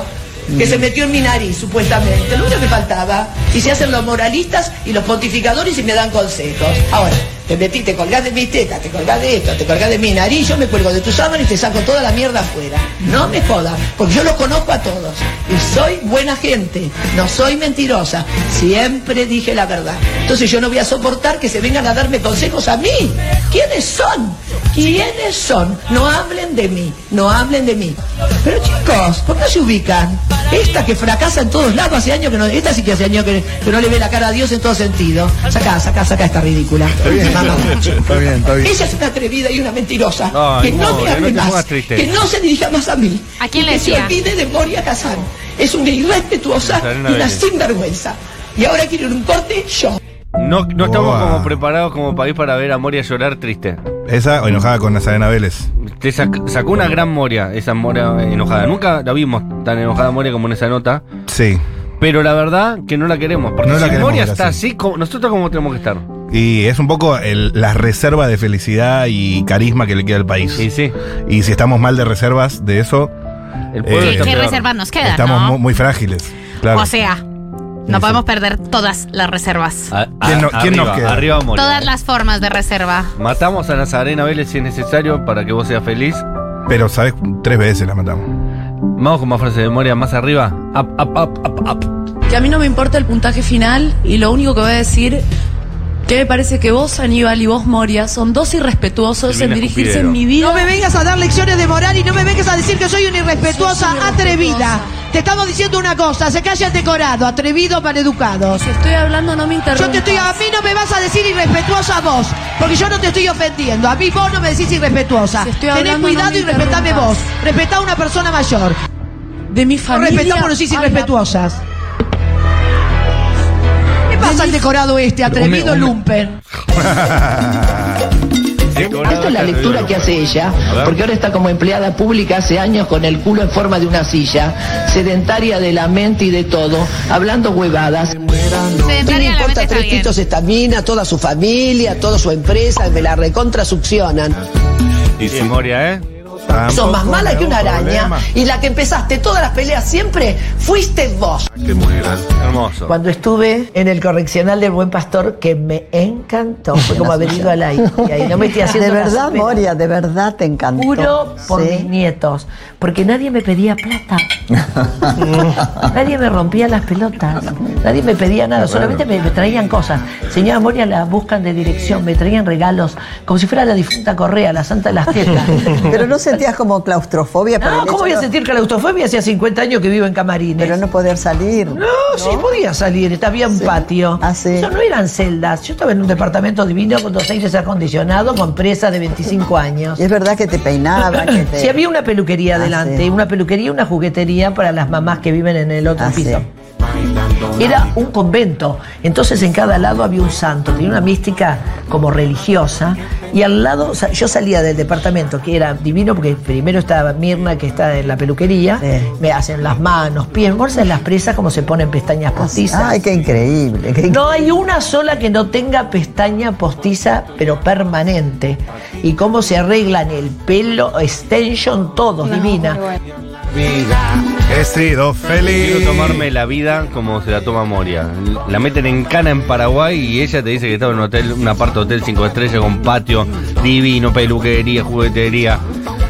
Speaker 7: que se metió en mi nariz, supuestamente. Lo único que faltaba. Y se hacen los moralistas y los pontificadores y me dan consejos. Ahora, te metí, te colgás Eh, de mi teta, te colgás de esto, te colgás de mi nariz, yo me cuelgo de tu sábana y te saco toda la mierda afuera. No me jodas, porque yo los conozco a todos. Y soy buena gente, no soy mentirosa. Siempre dije la verdad. Entonces yo no voy a soportar que se vengan a darme consejos a mí. ¿Quiénes son? ¿Quiénes son? No hablen de mí, no hablen de mí. Pero chicos, ¿por qué se ubican? Esta que fracasa en todos lados hace años que no. Esta sí que hace años que, que no le ve la cara a Dios en todo sentido. Sacá, sacá, sacá esta ridícula. Mamá.
Speaker 2: Está bien, está bien.
Speaker 7: Ella es una atrevida y una mentirosa.
Speaker 1: Ay,
Speaker 7: que no
Speaker 1: pobre,
Speaker 7: me
Speaker 1: no
Speaker 7: hable
Speaker 1: te pongas
Speaker 7: más.
Speaker 1: triste.
Speaker 7: Que no se dirija más a mí.
Speaker 5: ¿A quién
Speaker 7: Y
Speaker 5: le
Speaker 7: que se
Speaker 5: decía?
Speaker 7: olvide de Moria Kazan. Es una irrespetuosa y
Speaker 1: Magdalena
Speaker 7: una
Speaker 1: Vélez.
Speaker 7: sinvergüenza. Y ahora quieren un corte yo.
Speaker 1: No, no estamos
Speaker 2: Boa.
Speaker 1: como preparados como país para ver a Moria llorar triste.
Speaker 2: Esa o enojada con Nazarena Vélez.
Speaker 1: Te sac- sacó una gran Moria, esa Moria enojada. Nunca la vimos tan enojada Moria como en esa nota.
Speaker 2: Sí.
Speaker 1: Pero la verdad que no la queremos. Porque
Speaker 2: No la
Speaker 1: si
Speaker 2: queremos
Speaker 1: Moria
Speaker 2: ver
Speaker 1: está
Speaker 2: así.
Speaker 1: así, como- nosotros como tenemos que estar.
Speaker 2: Y es un poco el- la reserva de felicidad y carisma que le queda al país.
Speaker 1: Y sí,
Speaker 2: Y si estamos mal de reservas de eso,
Speaker 1: el pueblo
Speaker 2: Eh,
Speaker 1: está
Speaker 5: ¿Qué
Speaker 1: peor.
Speaker 5: reservas nos quedan,
Speaker 2: estamos
Speaker 5: no?
Speaker 2: mu- muy frágiles. Claro.
Speaker 5: O sea, no podemos perder todas las reservas.
Speaker 1: A- ¿eh? a-
Speaker 2: ¿Quién no- quién
Speaker 1: arriba,
Speaker 2: nos queda?
Speaker 1: Arriba Moria.
Speaker 5: Todas las formas de reserva.
Speaker 1: Matamos a Nazarena Vélez si es necesario para que vos seas feliz.
Speaker 2: Pero, ¿sabes? Tres veces la matamos.
Speaker 1: Vamos con más frases de memoria más arriba. Up, up, up, up, up.
Speaker 14: Que a mí no me importa el puntaje final y lo único que voy a decir que me parece que vos, Aníbal, y vos, Moria, son dos irrespetuosos
Speaker 1: Silvina
Speaker 14: en dirigirse
Speaker 1: Escupidero.
Speaker 14: en mi vida.
Speaker 3: No me vengas a dar lecciones de moral y no me vengas a decir que soy una irrespetuosa,
Speaker 14: Sos una
Speaker 3: atrevida.
Speaker 14: irrespetuosa.
Speaker 3: Te estamos diciendo una cosa, se calla el decorado, atrevido para educados.
Speaker 14: Si estoy hablando, no me interrumpas.
Speaker 3: Yo te estoy, a mí no me vas a decir irrespetuosa vos, porque yo no te estoy ofendiendo. A mí vos no me decís irrespetuosa.
Speaker 14: Si estoy
Speaker 3: Tenés
Speaker 14: hablando,
Speaker 3: cuidado
Speaker 14: no me
Speaker 3: y respetame vos.
Speaker 14: interrumpas.
Speaker 3: Respetá a una persona mayor.
Speaker 14: De mi
Speaker 3: No
Speaker 14: familia.
Speaker 3: respetá por decís
Speaker 14: a la-
Speaker 3: irrespetuosas. ¿Qué pasa al decorado este, atrevido lumpen?
Speaker 7: Alto la lectura que hace ella, porque ahora está como empleada pública hace años con el culo en forma de una silla, sedentaria de la mente y de todo, hablando huevadas. No le
Speaker 5: Sedentaria la mente
Speaker 7: importa
Speaker 5: está
Speaker 7: tres
Speaker 5: bien.
Speaker 7: pitos estamina, toda su familia, toda su empresa, me la recontra succionan.
Speaker 1: Y sí, Moria, ¿eh?
Speaker 7: Sos más
Speaker 2: Tampoco
Speaker 7: mala
Speaker 2: me
Speaker 7: que una
Speaker 2: hago
Speaker 7: araña.
Speaker 2: problema.
Speaker 7: Y la que empezaste todas las peleas siempre fuiste vos.
Speaker 2: Qué mujer, hermoso.
Speaker 7: Cuando estuve en el correccional del Buen Pastor, que me encantó, fue como haber ido a la India y no me estoy haciendo
Speaker 12: Ah, De verdad,
Speaker 7: caso, pero
Speaker 12: Moria, de verdad te encantó.
Speaker 7: Juro por
Speaker 12: Sí.
Speaker 7: mis nietos, porque nadie me pedía plata. nadie me rompía las pelotas. Nadie me pedía nada, solamente me, me traían cosas. Señora Moria la buscan de dirección, me traían regalos, como si fuera la difunta Correa, la santa de las fiestas.
Speaker 12: Pero no sentías como claustrofobia. por el
Speaker 7: No,
Speaker 12: hecho
Speaker 7: ¿cómo voy a
Speaker 12: de-
Speaker 7: sentir claustrofobia si hace 50 años que vivo en camarines? Pero
Speaker 12: no poder salir. No,
Speaker 7: sí, podía salir, había un patio. Eso no eran celdas. Yo estaba en un departamento divino con dos aires acondicionados, con presa de 25 años.
Speaker 12: Es verdad que te peinaba. que te-
Speaker 7: Sí, había una peluquería
Speaker 12: Ah,
Speaker 7: adelante,
Speaker 12: sí.
Speaker 7: una peluquería y una juguetería para las mamás que viven en el otro
Speaker 12: Ah, sí.
Speaker 7: piso. Era un convento, entonces en cada lado había un santo, tenía una mística como religiosa, y al lado, o sea, yo salía del departamento, que era divino, porque primero estaba Mirna, que está en la peluquería, me hacen las manos, pies, bolsas, las presas, como se ponen pestañas postizas.
Speaker 12: Ah, Ay, qué increíble. qué
Speaker 7: No hay una sola que no tenga pestaña postiza, pero permanente. Y cómo se arreglan el pelo, extension, todo, divina.
Speaker 2: He sido feliz.
Speaker 1: Quiero tomarme la vida como se la toma Moria. La meten en cana en Paraguay y ella te dice que estaba en un hotel, un apart hotel 5 estrellas con patio divino, peluquería, juguetería.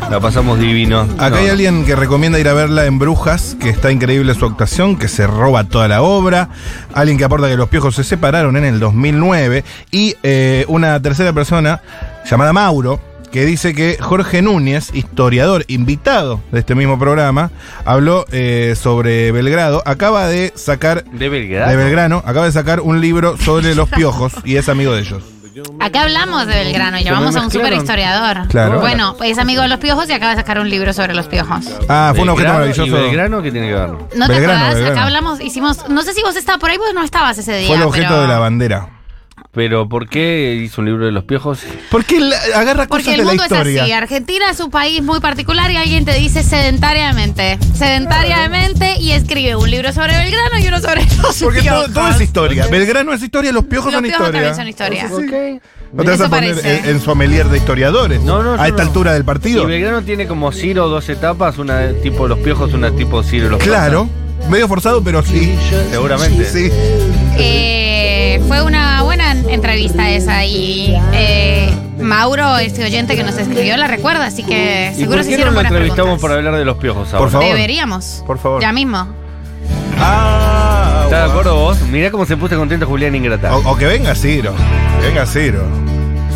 Speaker 1: La pasamos divino.
Speaker 2: Acá hay alguien que recomienda ir a verla en Brujas, que está increíble su actuación, que se roba toda la obra. Alguien que aporta que los piojos se separaron en el 2009. Y eh, una tercera persona llamada Mauro, que dice que Jorge Núñez, historiador invitado de este mismo programa, habló eh, sobre Belgrado. Acaba de sacar.
Speaker 1: ¿De Belgrado?
Speaker 2: De Belgrano, acaba de sacar un libro sobre los piojos y es amigo de ellos.
Speaker 5: Acá hablamos de Belgrano y
Speaker 2: Se
Speaker 5: llevamos
Speaker 2: me
Speaker 5: a un super
Speaker 2: mezclaron.
Speaker 5: historiador.
Speaker 2: Claro.
Speaker 5: Bueno, pues es amigo de los piojos y acaba de sacar un libro sobre los piojos.
Speaker 2: Ah, fue un objeto maravilloso.
Speaker 1: ¿Y Belgrano qué tiene que ver?
Speaker 5: ¿No te
Speaker 2: Belgrano,
Speaker 5: acordás?
Speaker 2: Belgrano.
Speaker 5: Acá hablamos, hicimos. No sé si vos estabas por ahí, vos no estabas ese día.
Speaker 2: Fue el objeto
Speaker 5: pero-
Speaker 2: de la bandera.
Speaker 1: Pero ¿por qué hizo un libro de los piojos?
Speaker 2: Porque agarra
Speaker 5: Porque el mundo es así. Argentina es un país muy particular y alguien te dice sedentariamente. Sedentariamente y escribe un libro sobre Belgrano y uno sobre los
Speaker 2: Porque todo,
Speaker 5: piojos.
Speaker 2: todo es historia. Belgrano es historia, los piojos
Speaker 5: Los
Speaker 2: son
Speaker 5: piojos
Speaker 2: historia.
Speaker 5: también son historia.
Speaker 2: No te vas
Speaker 5: Eso
Speaker 2: a poner eh,
Speaker 5: parece.
Speaker 2: en, en sommelier de historiadores
Speaker 1: no,
Speaker 2: a
Speaker 1: yo
Speaker 2: esta
Speaker 1: no.
Speaker 2: altura del partido.
Speaker 1: Y Belgrano tiene como Ciro dos etapas, una tipo los piojos, una tipo Ciro los
Speaker 2: Claro, medio forzado, pero sí.
Speaker 1: Seguramente.
Speaker 2: Sí.
Speaker 5: Eh, fue una buena entrevista esa y eh, Mauro, este oyente que nos escribió, la recuerda, así que
Speaker 1: ¿Y
Speaker 5: seguro
Speaker 1: por
Speaker 5: se
Speaker 1: qué no
Speaker 5: hicieron
Speaker 1: lo
Speaker 5: buenas preguntas.
Speaker 1: entrevistamos para hablar de los piojos ahora?
Speaker 5: Deberíamos.
Speaker 1: Por favor.
Speaker 5: Ya mismo.
Speaker 1: ¿Estás de acuerdo vos? Mirá cómo se puso contento Julián Ingrata.
Speaker 2: O, Ah, o que venga Ciro. Que venga Ciro.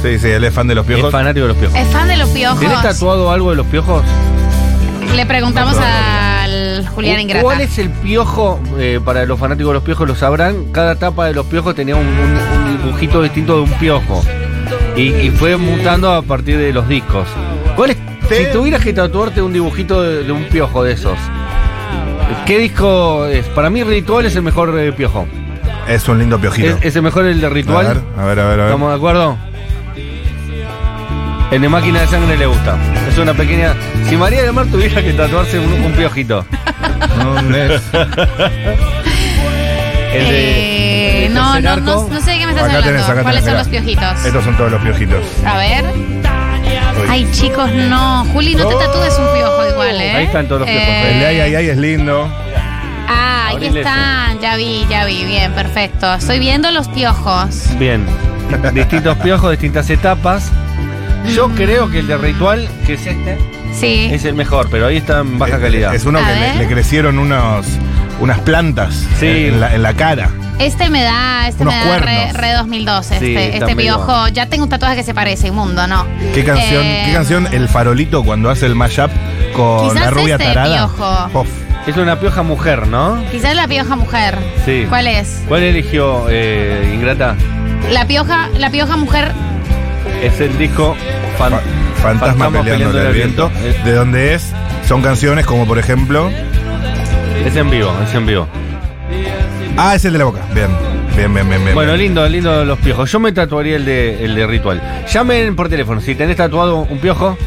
Speaker 2: Sí, sí, él es fan de los piojos.
Speaker 1: Es fanático de los piojos.
Speaker 5: Es fan de los
Speaker 1: ¿Tienes
Speaker 5: piojos.
Speaker 1: tatuado algo de los piojos?
Speaker 5: Le preguntamos al Julián Ingrata.
Speaker 1: ¿Cuál es el piojo? Eh, para los fanáticos de los piojos lo sabrán. Cada tapa de los piojos tenía un, un- un dibujito distinto de un piojo. Y, y fue mutando a partir de los discos. ¿Cuál es? Si tuvieras que tatuarte un dibujito de, de un piojo de esos, ¿qué disco es? Para mí, Ritual es el mejor eh, piojo.
Speaker 2: Es un lindo piojito.
Speaker 1: ¿Es, es el mejor el de Ritual?
Speaker 2: A ver, a ver, a ver. a ver.
Speaker 1: ¿Estamos de acuerdo? El de máquina de sangre le gusta. Es una pequeña. Si María del Mar tuviera que tatuarse un, un piojito.
Speaker 2: ¿Dónde es?
Speaker 1: El de-
Speaker 5: Eh,
Speaker 1: el de
Speaker 5: no,
Speaker 1: tercer
Speaker 5: no,
Speaker 1: arco.
Speaker 5: no, no sé de qué me estás
Speaker 2: Acá
Speaker 5: hablando.
Speaker 2: tenés, acá
Speaker 5: ¿Cuáles
Speaker 2: tenés,
Speaker 5: son los
Speaker 2: mirá.
Speaker 5: piojitos?
Speaker 2: Estos son todos los piojitos.
Speaker 5: A ver. Ay, chicos, no. Juli, no te tatúes un piojo igual, ¿eh?
Speaker 2: Ahí están todos los piojos.
Speaker 5: Eh,
Speaker 2: El de ay, ay, ay es lindo.
Speaker 5: Ah, ahí
Speaker 1: Abrile
Speaker 5: están. Ya vi, ya vi. Bien, perfecto. Estoy viendo los piojos.
Speaker 1: Bien. Distintos piojos, distintas etapas. Yo creo que el de ritual, que es este,
Speaker 5: Sí.
Speaker 1: es el mejor, pero ahí está en baja calidad.
Speaker 2: Es uno
Speaker 5: A
Speaker 2: que le,
Speaker 5: ver.
Speaker 2: le crecieron unos, unas plantas
Speaker 1: Sí.
Speaker 2: en, la, en la cara.
Speaker 5: Este me da, este
Speaker 2: Unos
Speaker 5: me da re,
Speaker 2: cuernos.
Speaker 5: re 2012,
Speaker 2: Sí,
Speaker 5: este,
Speaker 2: está
Speaker 5: este
Speaker 2: medio-
Speaker 5: piojo. Ya tengo un tatuaje que se parece, inmundo, ¿no?
Speaker 2: ¿Qué canción,
Speaker 5: Eh,
Speaker 2: ¿Qué canción El Farolito cuando hace el mashup con
Speaker 5: Quizás
Speaker 2: la rubia
Speaker 5: este,
Speaker 2: tarada?
Speaker 5: piojo.
Speaker 2: Uf,
Speaker 1: Es una pioja mujer, ¿no?
Speaker 5: Quizás la pioja mujer.
Speaker 1: Sí.
Speaker 5: ¿Cuál es?
Speaker 1: ¿Cuál eligió eh, Ingrata?
Speaker 5: La pioja, la pioja mujer.
Speaker 1: Es el disco Fan-
Speaker 2: Fantasma
Speaker 1: Fantasma
Speaker 2: peleando el viento. ¿De dónde es? Son canciones como por ejemplo.
Speaker 1: Es en vivo, es en vivo.
Speaker 2: Ah, es el de la boca. Bien, bien, bien, bien. bien.
Speaker 1: Bueno, lindo, lindo los piojos. Yo me tatuaría el de, el de ritual. Llamen por teléfono si tenés tatuado un piojo.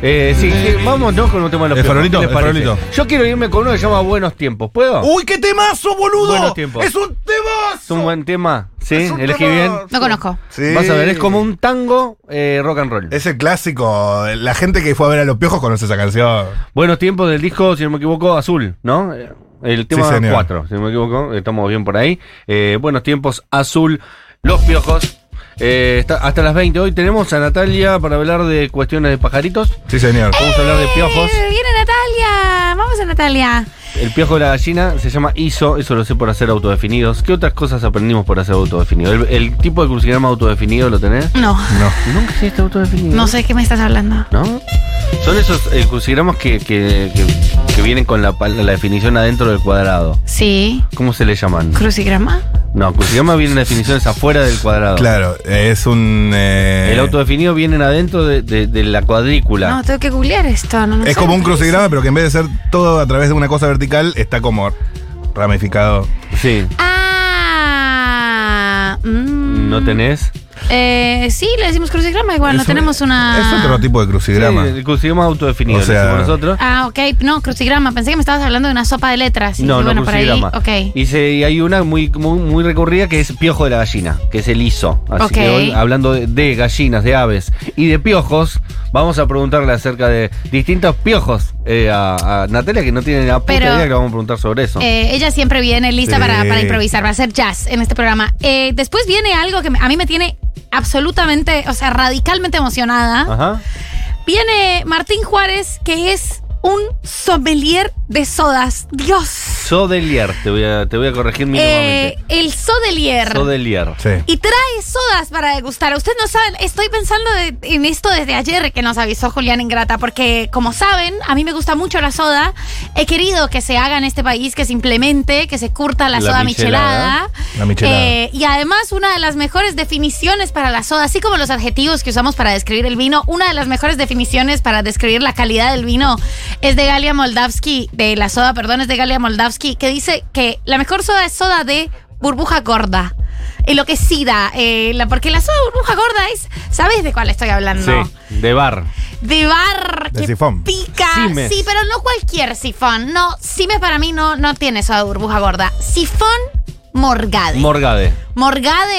Speaker 1: Eh, sí, sí, vámonos con un tema de los
Speaker 2: El
Speaker 1: piojos.
Speaker 2: farolito,
Speaker 1: ¿Qué les
Speaker 2: el
Speaker 1: parece?
Speaker 2: farolito.
Speaker 1: Yo quiero irme con uno que se llama Buenos Tiempos. ¿Puedo?
Speaker 2: ¡Uy, qué temazo, boludo!
Speaker 1: Buenos tiempos.
Speaker 2: ¡Es un
Speaker 1: Es un
Speaker 2: temazo!
Speaker 1: buen tema. Sí,
Speaker 2: Es un
Speaker 1: elegí
Speaker 2: tema.
Speaker 1: bien.
Speaker 5: No conozco.
Speaker 2: Sí.
Speaker 1: Vas a ver, es como un tango eh, rock and roll.
Speaker 2: Es el clásico. La gente que fue a ver a Los Piojos conoce esa canción.
Speaker 1: Buenos tiempos del disco, si no me equivoco, azul, ¿no? Eh, El tema
Speaker 2: Sí, señor.
Speaker 1: 4, si no me equivoco, estamos bien por ahí. Eh, buenos tiempos, azul, los piojos. Eh, está- hasta las 20. Hoy tenemos a Natalia para hablar de cuestiones de pajaritos.
Speaker 2: Sí, señor.
Speaker 1: Vamos a hablar de piojos.
Speaker 5: Eh, Viene Natalia. Vamos a Natalia.
Speaker 1: El piojo de la gallina se llama ISO, eso lo sé por hacer autodefinidos. ¿Qué otras cosas aprendimos por hacer autodefinidos? ¿El, el tipo de crucigrama autodefinido lo tenés?
Speaker 5: No,
Speaker 2: No.
Speaker 1: Nunca hiciste autodefinido.
Speaker 5: no sé de qué me estás hablando.
Speaker 1: ¿No? Son esos eh, crucigramas que, que- que- que vienen con la, pal- la definición adentro del cuadrado.
Speaker 5: Sí.
Speaker 1: ¿Cómo se le llaman?
Speaker 5: Crucigrama.
Speaker 1: No, crucigrama vienen definiciones afuera del cuadrado.
Speaker 2: Claro, es un. eh,
Speaker 1: Ah. El autodefinido vienen adentro de, de- de la cuadrícula.
Speaker 5: No, tengo que googlear esto. No, no
Speaker 2: Es
Speaker 5: sé,
Speaker 2: como
Speaker 5: me
Speaker 2: un
Speaker 5: parece.
Speaker 2: crucigrama, pero que en vez de ser todo a través de una cosa vertical, está como ramificado.
Speaker 1: Sí.
Speaker 5: Ah. mm.
Speaker 1: ¿No tenés?
Speaker 5: Eh, sí, le decimos crucigrama igual.
Speaker 2: Es
Speaker 5: no
Speaker 2: un-
Speaker 5: tenemos
Speaker 2: Es
Speaker 5: una.
Speaker 2: otro tipo de crucigrama.
Speaker 1: Sí, el crucigrama autodefinido,
Speaker 2: O
Speaker 1: lo
Speaker 2: sea-
Speaker 1: decimos nosotros.
Speaker 5: Ah, ok. No, crucigrama. Pensé que me estabas hablando de una sopa de letras. Y
Speaker 1: no,
Speaker 5: dije,
Speaker 1: no
Speaker 5: bueno, por ahí.
Speaker 1: crucigrama.
Speaker 5: Ok.
Speaker 1: Y, se- y hay una muy, muy, muy recurrida que es piojo de la gallina, que es el ISO. Así
Speaker 5: Ok.
Speaker 1: que hoy, hablando de, de gallinas, de aves y de piojos, vamos a preguntarle acerca de distintos piojos eh, a, a Natalia, que no tiene la puta
Speaker 5: Pero-
Speaker 1: idea que le vamos a preguntar sobre eso.
Speaker 5: Eh, ella siempre viene lista
Speaker 2: Sí.
Speaker 5: para, para improvisar, para hacer jazz en este programa. Eh, después viene algo que me- a mí me tiene absolutamente, o sea, radicalmente emocionada.
Speaker 2: Ah.
Speaker 1: Ajá.
Speaker 5: Viene Martín Juárez, que es un sommelier de sodas. Dios.
Speaker 1: Sodelier, te voy a, te voy a corregir
Speaker 5: Eh,
Speaker 1: mínimamente.
Speaker 5: el sommelier.
Speaker 1: Sodelier.
Speaker 2: Sí.
Speaker 5: Y trae sodas para degustar. Ustedes no saben, estoy pensando de- en esto desde ayer que nos avisó Julián Ingrata, porque como saben, a mí me gusta mucho la soda. He querido que se haga en este país, que se implemente, que se curta la,
Speaker 1: La
Speaker 5: soda
Speaker 1: michelada.
Speaker 5: michelada.
Speaker 2: La michelada.
Speaker 5: Eh, y además, una de las mejores definiciones para la soda, así como los adjetivos que usamos para describir el vino, una de las mejores definiciones para describir la calidad del vino es de Galia Moldavsky, de la soda, perdón, es de Galia Moldavsky, que dice que la mejor soda es soda de burbuja gorda. Enloquecida, eh, la, porque la soda de burbuja gorda es. ¿Sabes de cuál estoy hablando?
Speaker 1: Sí, de bar.
Speaker 5: De bar.
Speaker 2: De
Speaker 5: que
Speaker 2: sifón.
Speaker 5: Pica.
Speaker 1: Cimes.
Speaker 5: Sí, pero no cualquier sifón. No, Simes para mí no, no tiene soda de burbuja gorda. Sifón Morgade.
Speaker 1: Morgade.
Speaker 5: Morgade